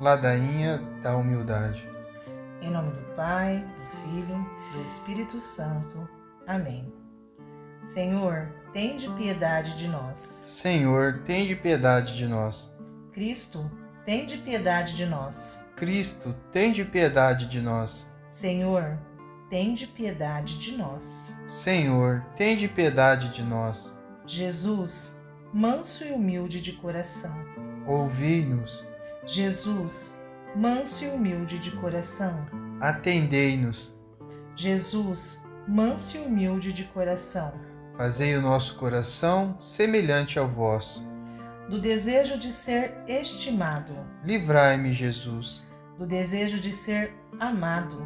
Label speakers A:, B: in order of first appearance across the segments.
A: Ladainha da Humildade.
B: Em nome do Pai, do Filho, do Espírito Santo. Amém. Senhor, tende piedade de nós.
A: Senhor, tende piedade de nós.
B: Cristo, tende piedade de nós.
A: Cristo, tende piedade de nós.
B: Senhor, tende piedade de nós.
A: Senhor, tende piedade de nós.
B: Jesus, manso e humilde de coração.
A: Ouvi-nos,
B: Jesus, manso e humilde de coração.
A: atendei-nos,
B: Jesus, manso e humilde de coração.
A: fazei o nosso coração semelhante ao vosso.
B: Do desejo de ser estimado,
A: Livrai-me, Jesus.
B: do desejo de ser amado,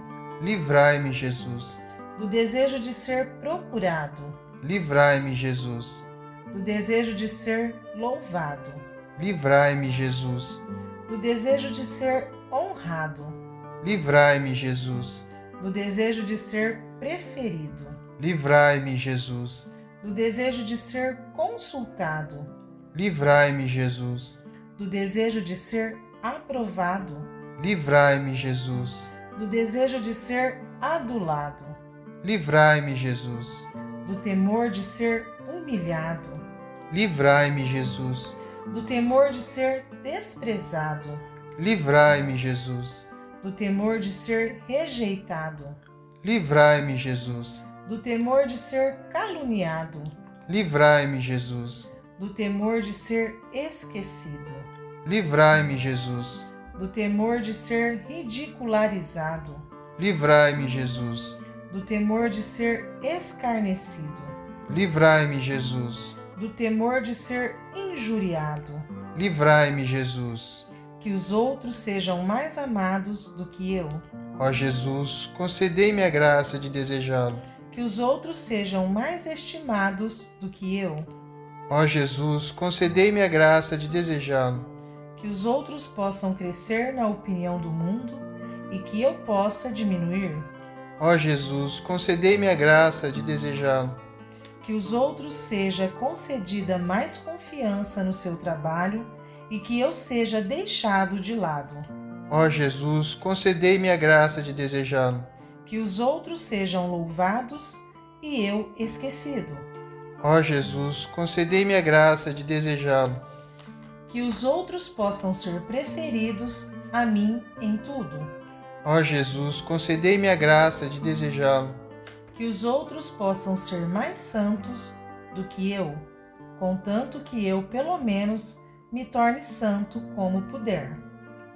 A: Livrai-me, Jesus.
B: do desejo de ser procurado,
A: Livrai-me, Jesus.
B: do desejo de ser louvado,
A: Livrai-me, Jesus.
B: do desejo de ser honrado,
A: Livrai-me, Jesus.
B: do desejo de ser preferido,
A: Livrai-me, Jesus.
B: do desejo de ser consultado,
A: Livrai-me, Jesus.
B: do desejo de ser aprovado,
A: Livrai-me, Jesus.
B: do desejo de ser adulado,
A: Livrai-me, Jesus.
B: do temor de ser humilhado,
A: Livrai-me, Jesus.
B: do temor de ser desprezado,
A: Livrai-me, Jesus.
B: do temor de ser rejeitado,
A: Livrai-me, Jesus.
B: do temor de ser caluniado,
A: Livrai-me, Jesus.
B: do temor de ser esquecido,
A: Livrai-me, Jesus.
B: do temor de ser ridicularizado,
A: Livrai-me, Jesus.
B: do temor de ser escarnecido,
A: Livrai-me, Jesus.
B: do temor de ser injuriado,
A: Livrai-me, Jesus.
B: que os outros sejam mais amados do que eu,
A: Ó Jesus, concedei-me a graça de desejá-lo.
B: que os outros sejam mais estimados do que eu,
A: Ó Jesus, concedei-me a graça de desejá-lo.
B: que os outros possam crescer na opinião do mundo e que eu possa diminuir,
A: Ó Jesus, concedei-me a graça de desejá-lo.
B: que os outros seja concedida mais confiança no seu trabalho e que eu seja deixado de lado,
A: Ó Jesus, concedei-me a graça de desejá-lo.
B: que os outros sejam louvados e eu esquecido,
A: Ó Jesus, concedei-me a graça de desejá-lo.
B: que os outros possam ser preferidos a mim em tudo,
A: Ó Jesus, concedei-me a graça de desejá-lo.
B: que os outros possam ser mais santos do que eu, contanto que eu pelo menos me torne santo como puder.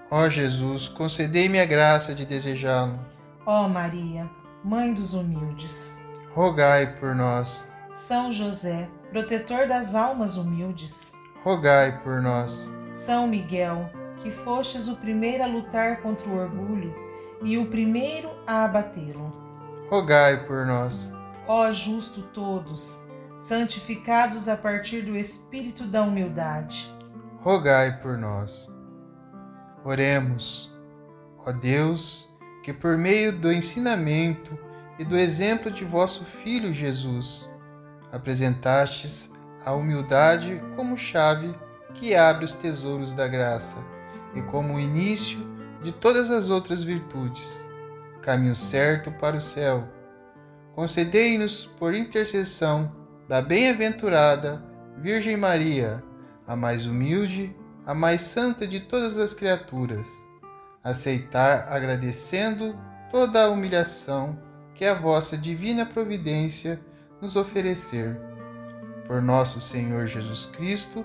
A: Ó Jesus, concedei-me a graça de desejá-lo.
B: Ó Maria, mãe dos humildes,
A: Rogai por nós,
B: São José, protetor das almas humildes,
A: rogai por nós,
B: São Miguel, que fostes o primeiro a lutar contra o orgulho e o primeiro a abatê-lo.
A: rogai por nós,
B: Ó justo todos, santificados a partir do espírito da humildade,
A: rogai por nós. Oremos. Ó Deus, que por meio do ensinamento e do exemplo de vosso Filho Jesus, apresentastes a humildade como chave que abre os tesouros da graça e como o início de todas as outras virtudes, caminho certo para o céu. Concedei-nos, por intercessão da bem-aventurada Virgem Maria, a mais humilde, a mais santa de todas as criaturas, aceitar agradecendo toda a humilhação que a vossa divina providência nos oferecer. Por nosso Senhor Jesus Cristo,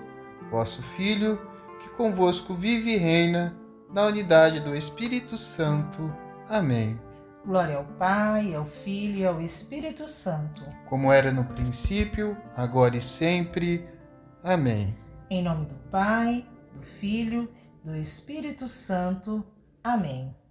A: vosso Filho, que convosco vive e reina, na unidade do Espírito Santo. Amém.
B: glória ao Pai, ao Filho e ao Espírito Santo.
A: Como era no princípio, agora e sempre. Amém.
B: Em nome do Pai, do Filho, do Espírito Santo. Amém.